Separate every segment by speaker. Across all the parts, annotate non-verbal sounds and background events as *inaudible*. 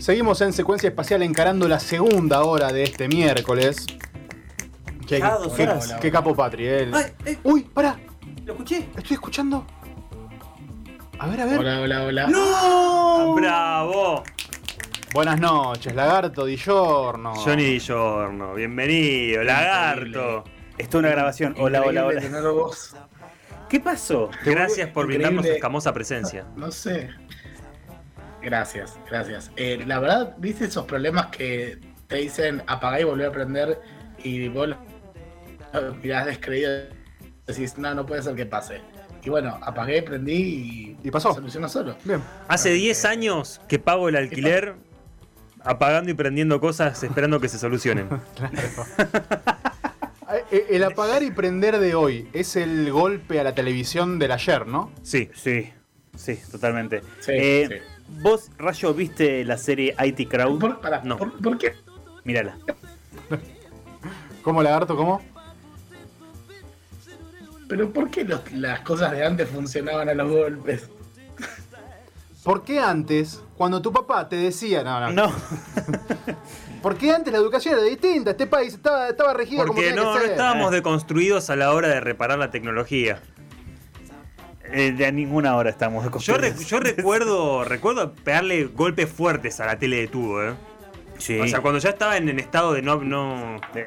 Speaker 1: Seguimos en secuencia espacial encarando la segunda hora de este miércoles. Che,
Speaker 2: Cada dos
Speaker 1: qué-
Speaker 2: horas.
Speaker 1: qué capo Patri, eh.
Speaker 2: Ay, eh,
Speaker 1: Uy, pará,
Speaker 2: ¿Lo escuché?
Speaker 1: estoy escuchando. A ver, a ver.
Speaker 3: Hola, hola, hola.
Speaker 2: ¡No! ¡Bravo!
Speaker 1: Buenas noches, Lagarto, Di Giorno.
Speaker 2: Johnny Di Giorno, bienvenido, lagarto.
Speaker 4: Esto es una grabación. Hola, hola,
Speaker 3: Increíble
Speaker 4: hola.
Speaker 3: tenerlo vos.
Speaker 4: ¿Qué pasó?
Speaker 2: Gracias por brindarnos su
Speaker 3: Increíble.
Speaker 2: escamosa presencia.
Speaker 3: No sé. Gracias, gracias. Eh, la verdad, ¿viste esos problemas que te dicen apagar y volver a prender y vos lo mirás descreído? Decís, no, no puede ser que pase. Y bueno, apagué, prendí y,
Speaker 1: Y pasó.
Speaker 3: se solucionó solo.
Speaker 1: Bien. *laughs*
Speaker 2: Hace 10 años que pago el alquiler apagando y prendiendo cosas esperando que
Speaker 4: *laughs*
Speaker 2: se solucionen.
Speaker 1: Eh, eh, El apagar y prender de hoy es el golpe a la televisión del ayer, ¿no?
Speaker 2: Sí.
Speaker 4: Sí, sí, totalmente.
Speaker 3: Sí,
Speaker 4: Eh,
Speaker 3: sí.
Speaker 4: ¿Vos, Rayo, viste la serie IT Crowd?
Speaker 3: ¿Por, pará,
Speaker 2: No.
Speaker 3: ¿por- por qué?
Speaker 4: Mírala.
Speaker 1: ¿Cómo, Lagarto? ¿Cómo?
Speaker 3: ¿Pero por qué los- las cosas de antes funcionaban a los golpes?
Speaker 1: ¿Por qué antes, cuando tu papá te decía, no, no,
Speaker 4: No,
Speaker 1: ¿Por qué antes la educación era distinta? Este país estaba, estaba regido como
Speaker 2: Porque
Speaker 1: tenía
Speaker 2: no,
Speaker 1: que
Speaker 2: no
Speaker 1: ser.
Speaker 2: estábamos deconstruidos a la hora de reparar la tecnología.
Speaker 4: eh, de a ninguna hora estamos.
Speaker 2: Yo, re- yo recuerdo, recuerdo pegarle golpes fuertes a la tele de tubo, ¿eh?
Speaker 4: Sí.
Speaker 2: O sea, cuando ya estaba en, en estado de no. no de-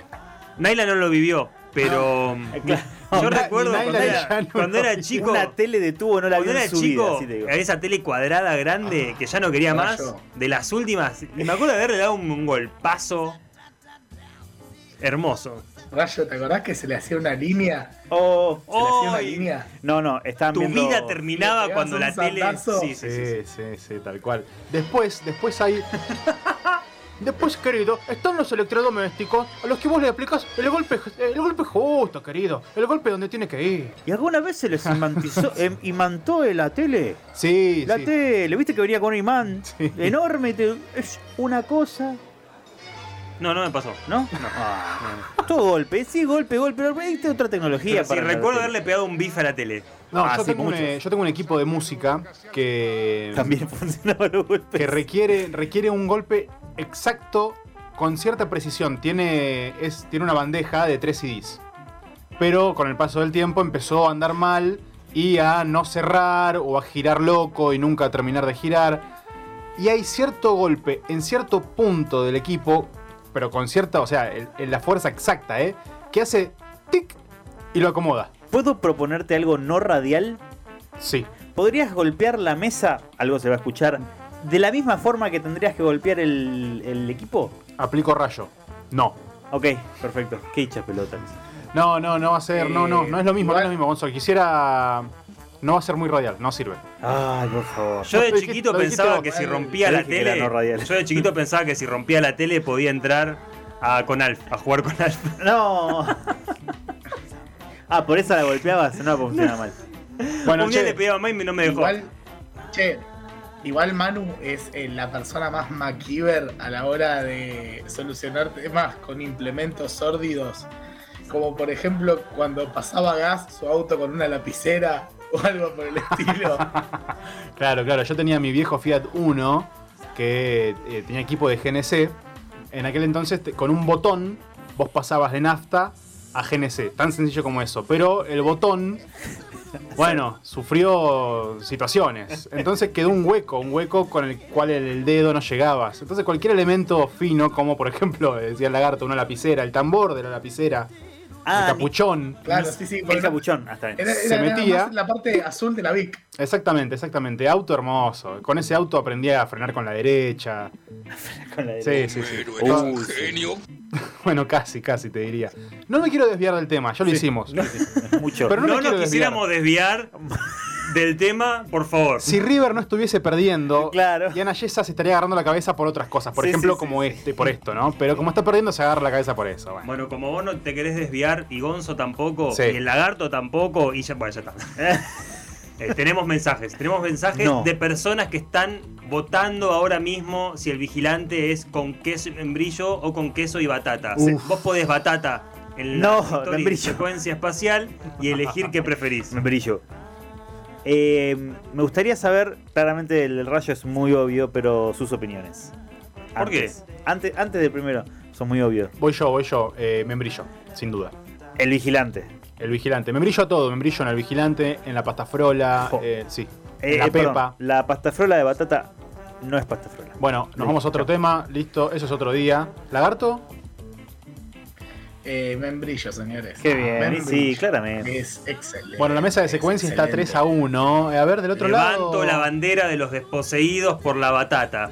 Speaker 2: Naila no lo vivió, pero.
Speaker 4: Ah, claro.
Speaker 2: *laughs* Yo
Speaker 1: Na-
Speaker 2: recuerdo
Speaker 1: Naila
Speaker 2: cuando
Speaker 1: ya
Speaker 2: era,
Speaker 1: no
Speaker 2: cuando
Speaker 1: lo
Speaker 2: era
Speaker 1: vivió.
Speaker 2: chico.
Speaker 4: Una tele de tubo no la
Speaker 2: Cuando
Speaker 4: vi
Speaker 2: era
Speaker 4: en su vida,
Speaker 2: chico, eh,
Speaker 4: así te digo. Ah.
Speaker 2: a esa tele cuadrada grande que ya no quería
Speaker 3: no,
Speaker 2: más,
Speaker 3: yo.
Speaker 2: de las últimas, me acuerdo de haberle dado un, un golpazo hermoso.
Speaker 3: Rayo, ¿te acordás que se le hacía una línea? Se
Speaker 4: Oh,
Speaker 3: le hacía una
Speaker 2: ¡Ay!
Speaker 3: línea.
Speaker 4: no, no, estaban
Speaker 2: Tu
Speaker 4: viendo-
Speaker 2: vida terminaba
Speaker 3: le pegabas
Speaker 2: cuando
Speaker 3: un
Speaker 2: la tele.
Speaker 3: sandazo.
Speaker 2: Sí, sí, sí, sí.
Speaker 1: Sí, sí, sí, tal cual. Después, después
Speaker 2: *laughs*
Speaker 1: hay. Después, querido, están los electrodomésticos a los que vos le aplicás el golpe, el golpe justo, querido. El golpe donde tiene que ir.
Speaker 4: ¿Y alguna vez se les
Speaker 2: *laughs*
Speaker 4: imantizó, em- imantó en la tele?
Speaker 1: Sí,
Speaker 4: La
Speaker 1: sí.
Speaker 4: tele, ¿viste que venía con un imán
Speaker 1: Sí.
Speaker 4: enorme? Te- es una cosa,
Speaker 2: No, no me pasó.
Speaker 4: ¿no? Ah, Todo golpe, sí, golpe, golpe, golpe. Ahí está otra tecnología.
Speaker 2: Pero sí,
Speaker 4: para la
Speaker 2: recuerdo
Speaker 4: tele.
Speaker 2: haberle pegado un bife a la tele.
Speaker 1: No,
Speaker 4: Ah,
Speaker 1: yo,
Speaker 4: sí,
Speaker 1: tengo un,
Speaker 4: muchos.
Speaker 1: eh, yo tengo un equipo de música que.
Speaker 4: También *laughs* funcionaba los golpes.
Speaker 1: que requiere, requiere un golpe exacto con cierta precisión. Tiene, es, tiene una bandeja de 3 CDs. Pero con el paso del tiempo empezó a andar mal y a no cerrar o a girar loco y nunca terminar de girar. Y hay cierto golpe en cierto punto del equipo, pero con cierta, o sea, el- en la fuerza exacta, ¿eh? Que hace tic y lo acomoda.
Speaker 4: ¿Puedo proponerte algo no radial?
Speaker 1: Sí.
Speaker 4: ¿Podrías golpear la mesa? Algo se va a escuchar. ¿De la misma forma que tendrías que golpear el, el equipo?
Speaker 1: Aplico rayo. No.
Speaker 4: Ok, perfecto. Qué hincha pelota.
Speaker 1: No, no, no va a ser, no, no, no es lo mismo, no es
Speaker 3: Igual-
Speaker 1: lo mismo, Gonzalo. Quisiera. No va a ser muy radial, no sirve.
Speaker 4: Ay, por favor.
Speaker 2: Yo de
Speaker 1: Lo dijiste-
Speaker 2: chiquito
Speaker 1: lo dijiste
Speaker 2: pensaba
Speaker 1: vos.
Speaker 2: que si
Speaker 3: Ay,
Speaker 2: rompía
Speaker 4: te
Speaker 2: la
Speaker 4: dije que era
Speaker 2: tele.
Speaker 4: no radial.
Speaker 2: Yo de chiquito pensaba que si rompía la tele podía entrar a, con Alf, a jugar con Alf.
Speaker 4: No. ah, por esa la golpeabas. No, porque funcionaba mal.
Speaker 1: Bueno,
Speaker 2: un día
Speaker 1: che,
Speaker 2: le pedí a mamá y no me dejó.
Speaker 3: Igual, che, igual Manu es eh, la persona más maquiver a la hora de solucionar temas con implementos sórdidos. Como por ejemplo cuando pasaba gas su auto con una lapicera o algo por
Speaker 4: *laughs*
Speaker 3: el estilo.
Speaker 1: claro, claro, yo tenía mi viejo Fiat Uno, que eh, tenía equipo de GNC. En aquel entonces, te- con un botón, vos pasabas de nafta a GNC, tan sencillo como eso. Pero el botón, bueno, sufrió situaciones. Entonces quedó un hueco, un hueco con el cual el dedo no llegabas. Entonces cualquier elemento fino, como por ejemplo, decía el lagarto, una lapicera, el tambor de la lapicera, el
Speaker 4: Ah, ni-
Speaker 1: capuchón.
Speaker 3: Claro, sí, sí. porque
Speaker 4: el capuchón. Hasta bien.
Speaker 3: Era,
Speaker 1: Se
Speaker 3: era nada
Speaker 1: metía.
Speaker 3: más la parte azul de la Vic.
Speaker 1: Exactamente, exactamente. Auto hermoso. Con ese auto aprendí a frenar con la derecha.
Speaker 4: Con la
Speaker 1: Sí, sí, sí.
Speaker 5: Pero eres
Speaker 4: Uh,
Speaker 5: un
Speaker 4: sí.
Speaker 5: genio.
Speaker 1: Bueno, casi, casi te diría. No me quiero desviar del tema, ya lo hicimos.
Speaker 4: Mucho.
Speaker 1: Pero no me
Speaker 2: no nos
Speaker 1: quiero
Speaker 2: quisiéramos desviar del tema, por favor.
Speaker 1: Si River no estuviese perdiendo,
Speaker 4: Claro.
Speaker 1: Diana Yesa se estaría agarrando la cabeza por otras cosas. Por
Speaker 4: Sí,
Speaker 1: ejemplo,
Speaker 4: sí, sí,
Speaker 1: como este, por esto, ¿no? Pero como está perdiendo, se agarra la cabeza por eso. bueno.
Speaker 2: Bueno, como vos no te querés desviar, y Gonzo tampoco,
Speaker 1: Sí.
Speaker 2: y el lagarto tampoco, y ya, bueno, ya está.
Speaker 1: *laughs*
Speaker 2: Eh, tenemos mensajes, tenemos mensajes
Speaker 4: No.
Speaker 2: de personas que están votando ahora mismo si el vigilante es con queso en brillo o con queso y batata.
Speaker 1: Uf.
Speaker 2: Se- Vos podés batata en la
Speaker 4: No,
Speaker 2: historia
Speaker 4: en
Speaker 2: de
Speaker 4: brillo.
Speaker 2: secuencia espacial y elegir
Speaker 1: *laughs*
Speaker 2: qué preferís.
Speaker 4: Me brillo. Eh, me gustaría saber, claramente el rayo es muy obvio, pero sus opiniones.
Speaker 2: ¿Por qué?
Speaker 4: Antes. Antes, antes del primero. Son muy obvios.
Speaker 1: Voy yo, voy yo. Eh, membrillo, sin duda.
Speaker 4: El vigilante.
Speaker 1: El vigilante. Membrillo a todo. Membrillo en el vigilante, en la pastafrola.
Speaker 4: Jo.
Speaker 1: eh, sí.
Speaker 4: Eh,
Speaker 1: en la
Speaker 4: eh, perdón,
Speaker 1: pepa.
Speaker 4: la pastafrola de batata no es pastafrola.
Speaker 1: Bueno, nos
Speaker 4: Listo,
Speaker 1: vamos a otro
Speaker 4: chao.
Speaker 1: tema. Listo, eso es otro día. ¿Lagarto?
Speaker 3: Eh, membrillo, señores. Ah,
Speaker 4: Qué bien.
Speaker 3: Membrillo.
Speaker 4: Sí, claramente.
Speaker 3: Es excelente.
Speaker 1: Bueno, la mesa de
Speaker 3: es
Speaker 1: secuencia está
Speaker 3: excelente.
Speaker 1: 3 a 1. Eh, A ver, del otro
Speaker 2: Levanto
Speaker 1: lado.
Speaker 2: la bandera de los desposeídos por la batata.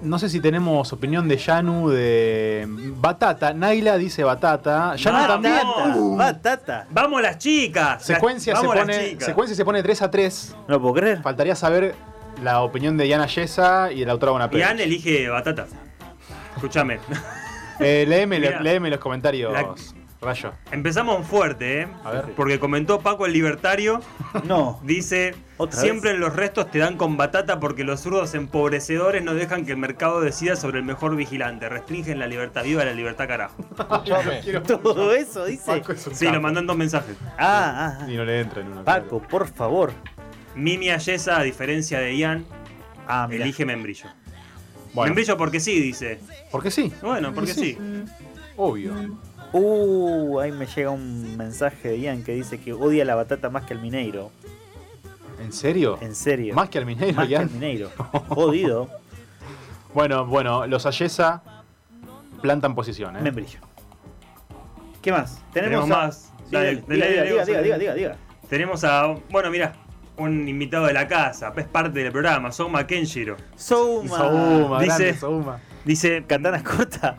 Speaker 1: No sé si tenemos opinión de Yanu de Batata. Naila dice Batata. Yanu
Speaker 2: Batata.
Speaker 1: Ah, también.
Speaker 4: Batata.
Speaker 2: Uh.
Speaker 4: Batata.
Speaker 2: ¡Vamos las chicas!
Speaker 1: Secuencia se,
Speaker 2: ¡Vamos las
Speaker 1: pone,
Speaker 2: chicas!
Speaker 1: secuencia se pone 3 a 3.
Speaker 4: No lo puedo creer.
Speaker 1: Faltaría saber la opinión de Diana Yesa y de Lautaro Bonapé.
Speaker 2: Ian elige batata. Escúchame.
Speaker 1: Eh, léeme,
Speaker 2: Mirá.
Speaker 1: léeme los comentarios,
Speaker 2: La-
Speaker 1: Rayo.
Speaker 2: Empezamos fuerte, ¿eh?
Speaker 1: A ver.
Speaker 2: Porque comentó Paco el libertario.
Speaker 4: No. *laughs*
Speaker 2: Dice,
Speaker 4: ¿Otra
Speaker 2: siempre en los restos te dan con batata porque los zurdos empobrecedores no dejan que el mercado decida sobre el mejor vigilante. Restringen la libertad. Viva la libertad,
Speaker 4: *laughs*
Speaker 2: carajo.
Speaker 1: *laughs*
Speaker 5: Escuchame.
Speaker 4: Todo eso dice.
Speaker 1: Paco es un
Speaker 2: Sí,
Speaker 1: capo.
Speaker 2: lo mandó en dos mensajes.
Speaker 4: Ah, ah,
Speaker 1: Y no le entra en una.
Speaker 4: ah. Paco, por favor.
Speaker 2: Mimi Ayesa, a diferencia de Ian,
Speaker 4: Ah, mirá.
Speaker 2: elige membrillo.
Speaker 1: Bueno,
Speaker 2: Membrillo porque sí, dice.
Speaker 1: ¿Por qué sí?
Speaker 2: Bueno, porque
Speaker 4: *laughs*
Speaker 2: sí.
Speaker 1: Obvio.
Speaker 4: Uh, ahí me llega un mensaje de Ian que dice que odia la batata más que el mineiro.
Speaker 1: ¿En serio?
Speaker 4: En serio.
Speaker 1: Más que al Mineiro,
Speaker 4: *laughs* Más que
Speaker 1: Ian.
Speaker 4: el mineiro. *laughs* Jodido.
Speaker 1: Bueno, bueno, los Ayesa plantan posición, ¿eh?
Speaker 4: Membrillo. ¿Qué más?
Speaker 2: Tenemos
Speaker 4: a-
Speaker 2: más.
Speaker 4: Sí,
Speaker 2: Dale,
Speaker 4: dale, diga,
Speaker 2: dale,
Speaker 4: diga,
Speaker 2: dale, dale,
Speaker 4: diga,
Speaker 2: dale.
Speaker 4: diga, diga, diga.
Speaker 2: Tenemos a, bueno, mira, un invitado de la casa, es parte del programa, Soma Kenshiro.
Speaker 4: Souma.
Speaker 1: Souma,
Speaker 2: Dice-
Speaker 1: grande Souma.
Speaker 2: Dice,
Speaker 4: Katana corta.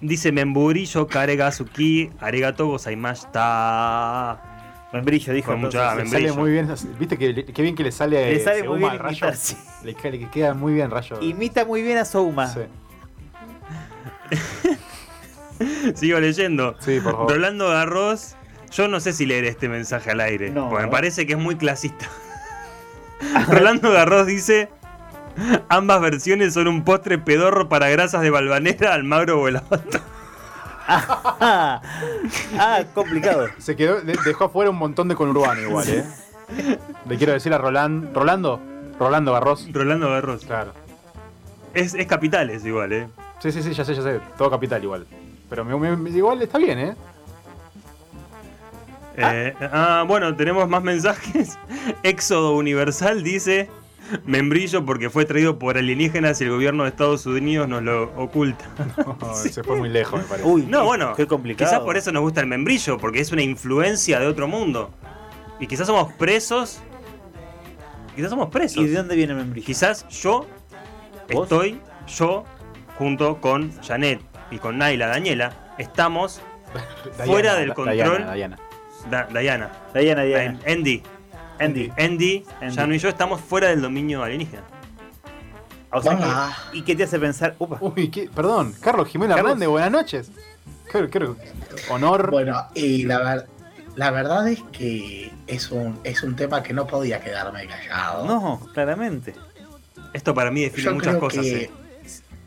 Speaker 2: dice Memburillo Karegazuki Aregato Gozaimashita.
Speaker 4: Membrillo, dijo.
Speaker 2: Con mucha
Speaker 4: entonces.
Speaker 2: hambre.
Speaker 1: Le sale
Speaker 2: Membrillo.
Speaker 1: muy bien, viste que, que bien que le sale,
Speaker 4: Le sale
Speaker 1: Souma
Speaker 4: muy bien
Speaker 1: al rayo.
Speaker 4: imitar, sí.
Speaker 1: Le, ca- le queda muy bien rayo.
Speaker 4: *laughs* Imita muy bien a Souma.
Speaker 1: Sí,
Speaker 2: Sigo leyendo.
Speaker 1: sí, por favor.
Speaker 2: Rolando Garros, yo no sé si leer este mensaje al aire,
Speaker 4: No.
Speaker 2: porque me parece que es muy clasista. Rolando Garros dice, ambas versiones son un postre pedorro para grasas de balvanera, almagro o el otro.
Speaker 4: *laughs* Ah, ah, complicado.
Speaker 1: Se quedó, de- dejó afuera un montón de conurbano igual, ¿eh? Le quiero decir a Roland, Rolando, Rolando Garros.
Speaker 2: *laughs* Rolando Garros.
Speaker 1: Claro.
Speaker 2: Es, es capitales igual, ¿eh?
Speaker 1: Sí, sí, sí, ya sé, ya sé. Todo capital igual. Pero me- me- me- igual está bien,
Speaker 4: *laughs*
Speaker 1: ¿eh? *laughs*
Speaker 2: Eh, ah, bueno, tenemos más mensajes. *laughs* Éxodo Universal dice: Membrillo porque fue traído por alienígenas y el gobierno de Estados Unidos nos lo oculta.
Speaker 1: Se fue muy lejos, me parece.
Speaker 4: Uy, eh,
Speaker 2: No, bueno,
Speaker 4: Qué complicado.
Speaker 2: quizás por eso nos gusta el membrillo, porque es una influencia de otro mundo. Y quizás somos presos. Quizás somos presos.
Speaker 4: ¿Y de dónde viene el membrillo?
Speaker 2: Quizás yo
Speaker 4: ¿Vos?
Speaker 2: estoy, yo, junto con Janet y con Naila Daniela, estamos,
Speaker 1: Diana,
Speaker 2: fuera del
Speaker 1: Diana,
Speaker 2: control.
Speaker 1: Diana.
Speaker 2: Da- Diana,
Speaker 4: Diana, Diana.
Speaker 2: Andy,
Speaker 4: Andy.
Speaker 2: Andy,
Speaker 4: Andy.
Speaker 2: Jano y yo estamos fuera del dominio alienígena.
Speaker 4: O sea
Speaker 3: Ah.
Speaker 4: que- ¿Y qué te hace pensar? Upa.
Speaker 1: Uy, ¿qué? perdón, Carlos Jimena
Speaker 4: Carlos.
Speaker 1: Hernández, buenas noches. Creo, creo- honor.
Speaker 3: Bueno, y la, ver- la verdad es que es un, es un tema que no podía quedarme callado.
Speaker 4: No, claramente.
Speaker 2: Esto para mí define
Speaker 3: Yo
Speaker 2: muchas
Speaker 3: creo
Speaker 2: cosas.
Speaker 3: que
Speaker 2: eh.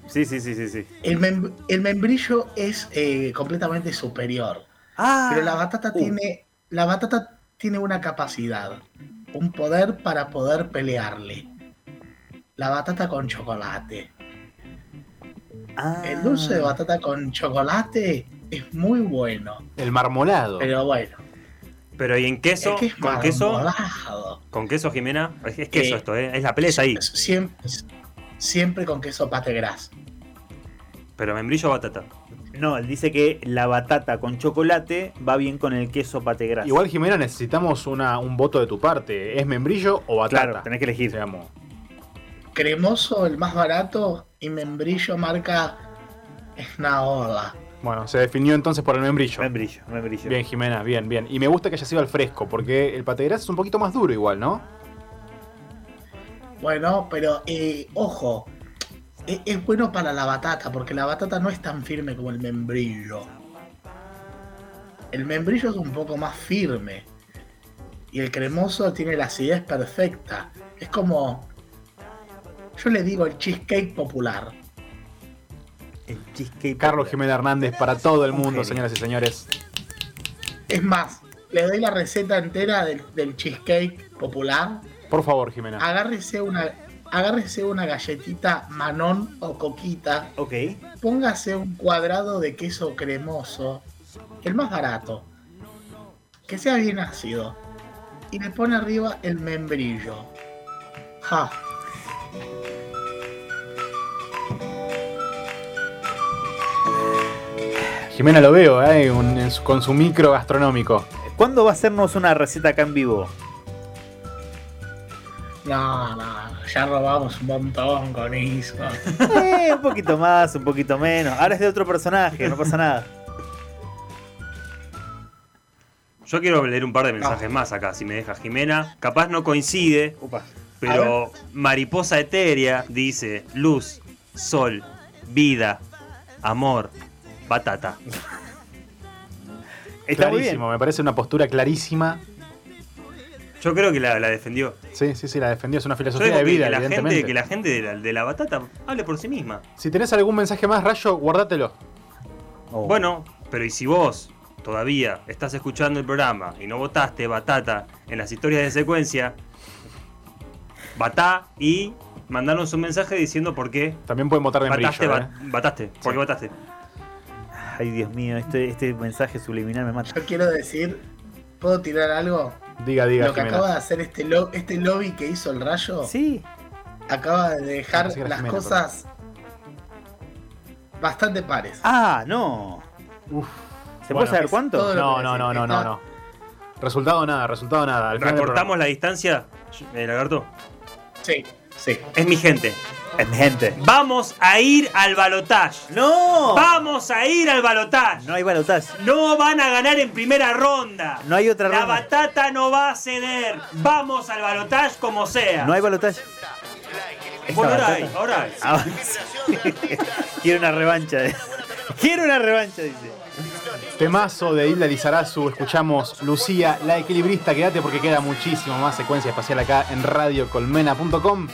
Speaker 4: Sí, sí, sí, sí, sí.
Speaker 3: el, mem- el membrillo es eh, completamente superior.
Speaker 4: Ah,
Speaker 3: Pero la batata
Speaker 4: Uh.
Speaker 3: tiene. La batata tiene una capacidad. Un poder para poder pelearle. La batata con chocolate.
Speaker 4: ah.
Speaker 3: El dulce de batata con chocolate es muy bueno.
Speaker 1: El marmolado.
Speaker 3: Pero bueno.
Speaker 2: Pero y en queso,
Speaker 3: es que es
Speaker 2: con queso,
Speaker 3: marmolado.
Speaker 2: con queso Jimena, es, es queso
Speaker 3: Eh,
Speaker 2: esto, eh, es la pelea ahí.
Speaker 3: Siempre, siempre con queso pate gras.
Speaker 2: Pero membrillo o batata.
Speaker 4: No, él dice que la batata con chocolate va bien con el queso pate grasa.
Speaker 1: Igual, Jimena, necesitamos una, un voto de tu parte. ¿Es membrillo o batata?
Speaker 4: Claro, tenés que elegir.
Speaker 1: Digamos.
Speaker 3: Cremoso, el más barato. Y membrillo marca Snaola.
Speaker 1: Bueno, se definió entonces por el membrillo.
Speaker 4: Membrillo, membrillo.
Speaker 1: Bien, Jimena, bien, bien. Y me gusta que haya sido al fresco, porque el pategras es un poquito más duro igual, ¿no?
Speaker 3: Bueno, pero eh, ojo, e- es, bueno para la batata, porque la batata no es tan firme como el membrillo. El membrillo es un poco más firme. Y el cremoso tiene la acidez perfecta. Es como. Yo le digo el cheesecake popular.
Speaker 4: El cheesecake.
Speaker 1: Carlos Jimena Hernández para todo el
Speaker 4: Un
Speaker 1: mundo,
Speaker 4: genio.
Speaker 1: señoras y señores.
Speaker 3: Es más, le doy la receta entera del, del cheesecake popular.
Speaker 1: Por favor, Jimena.
Speaker 3: Agárrese una. agárrese una galletita manón o coquita,
Speaker 4: Ok.
Speaker 3: póngase un cuadrado de queso cremoso, el más barato, que sea bien ácido, y le pone arriba el membrillo. Ja. Ah.
Speaker 1: Jimena lo veo, ¿eh? Un- en su- con su micro gastronómico.
Speaker 4: ¿Cuándo va a hacernos una receta acá en
Speaker 1: *laughs*
Speaker 4: vivo?
Speaker 3: No, no, ya robamos un montón con eso.
Speaker 4: Eh, un poquito más, un poquito menos. Ahora es de otro personaje, no pasa nada.
Speaker 2: Yo quiero leer un par
Speaker 3: Ah.
Speaker 2: de mensajes más acá, si me deja Jimena. Capaz no coincide,
Speaker 4: Upa.
Speaker 2: pero Mariposa Etérea dice luz, sol, vida, amor, batata.
Speaker 4: Está muy bien.
Speaker 1: Clarísimo, me parece una postura clarísima.
Speaker 2: Yo creo que la, la defendió.
Speaker 1: Sí, sí, sí, la defendió. Es una
Speaker 2: Yo
Speaker 1: filosofía
Speaker 2: digo
Speaker 1: de
Speaker 2: que,
Speaker 1: vida,
Speaker 2: que la
Speaker 1: evidentemente.
Speaker 2: gente, que la gente de, la, de la batata hable por sí misma.
Speaker 1: Si tenés algún mensaje más, Rayo, guardátelo.
Speaker 4: Oh.
Speaker 2: Bueno, pero ¿y si vos todavía estás escuchando el programa y no votaste batata en las historias de secuencia? Batá y mandanos un mensaje diciendo por qué
Speaker 1: También pueden votar de ¿eh?
Speaker 2: Bataste,
Speaker 1: brillo.
Speaker 2: bat- bataste, ¿por qué bataste?
Speaker 4: Ay, Dios mío, este, este mensaje subliminal me mata.
Speaker 3: Yo quiero decir, ¿puedo tirar algo?
Speaker 1: Diga, diga,
Speaker 3: Lo que
Speaker 1: Jimena.
Speaker 3: acaba de hacer este, lo- este lobby que hizo el rayo,
Speaker 4: Sí.
Speaker 3: acaba de dejar
Speaker 1: Pensé que era
Speaker 3: las
Speaker 1: Jimena,
Speaker 3: cosas bastante pares.
Speaker 4: Ah, no.
Speaker 1: Uf.
Speaker 4: ¿Se
Speaker 1: Bueno,
Speaker 4: puede saber
Speaker 3: es
Speaker 4: cuánto?
Speaker 3: todo- lo
Speaker 1: No,
Speaker 3: que
Speaker 1: no,
Speaker 3: decís,
Speaker 1: no, no, no,
Speaker 3: está-
Speaker 1: no. Resultado nada, resultado nada. Al final del
Speaker 2: ¿Recortamos la distancia, eh, lagarto?
Speaker 3: Sí, sí.
Speaker 2: Es mi gente.
Speaker 4: Es mi gente.
Speaker 2: Vamos a ir al balotaje.
Speaker 4: ¡No!
Speaker 2: Vamos a ir al balotaje.
Speaker 4: No hay balotaje.
Speaker 2: No van a ganar en primera ronda.
Speaker 4: No hay otra
Speaker 2: La
Speaker 4: ronda.
Speaker 2: batata no va a ceder. Vamos al balotaje como sea.
Speaker 4: No hay balotaje.
Speaker 2: bueno, ahora hay,
Speaker 4: batata.
Speaker 2: ahora hay.
Speaker 4: Ah, *laughs* sí. Quiero una revancha. eh. Quiero una revancha, dice.
Speaker 1: programa. Temazo de Hilda Lizarazu. Escuchamos Lucía, la equilibrista. Quédate porque queda muchísimo más secuencia espacial acá en radiocolmena.com.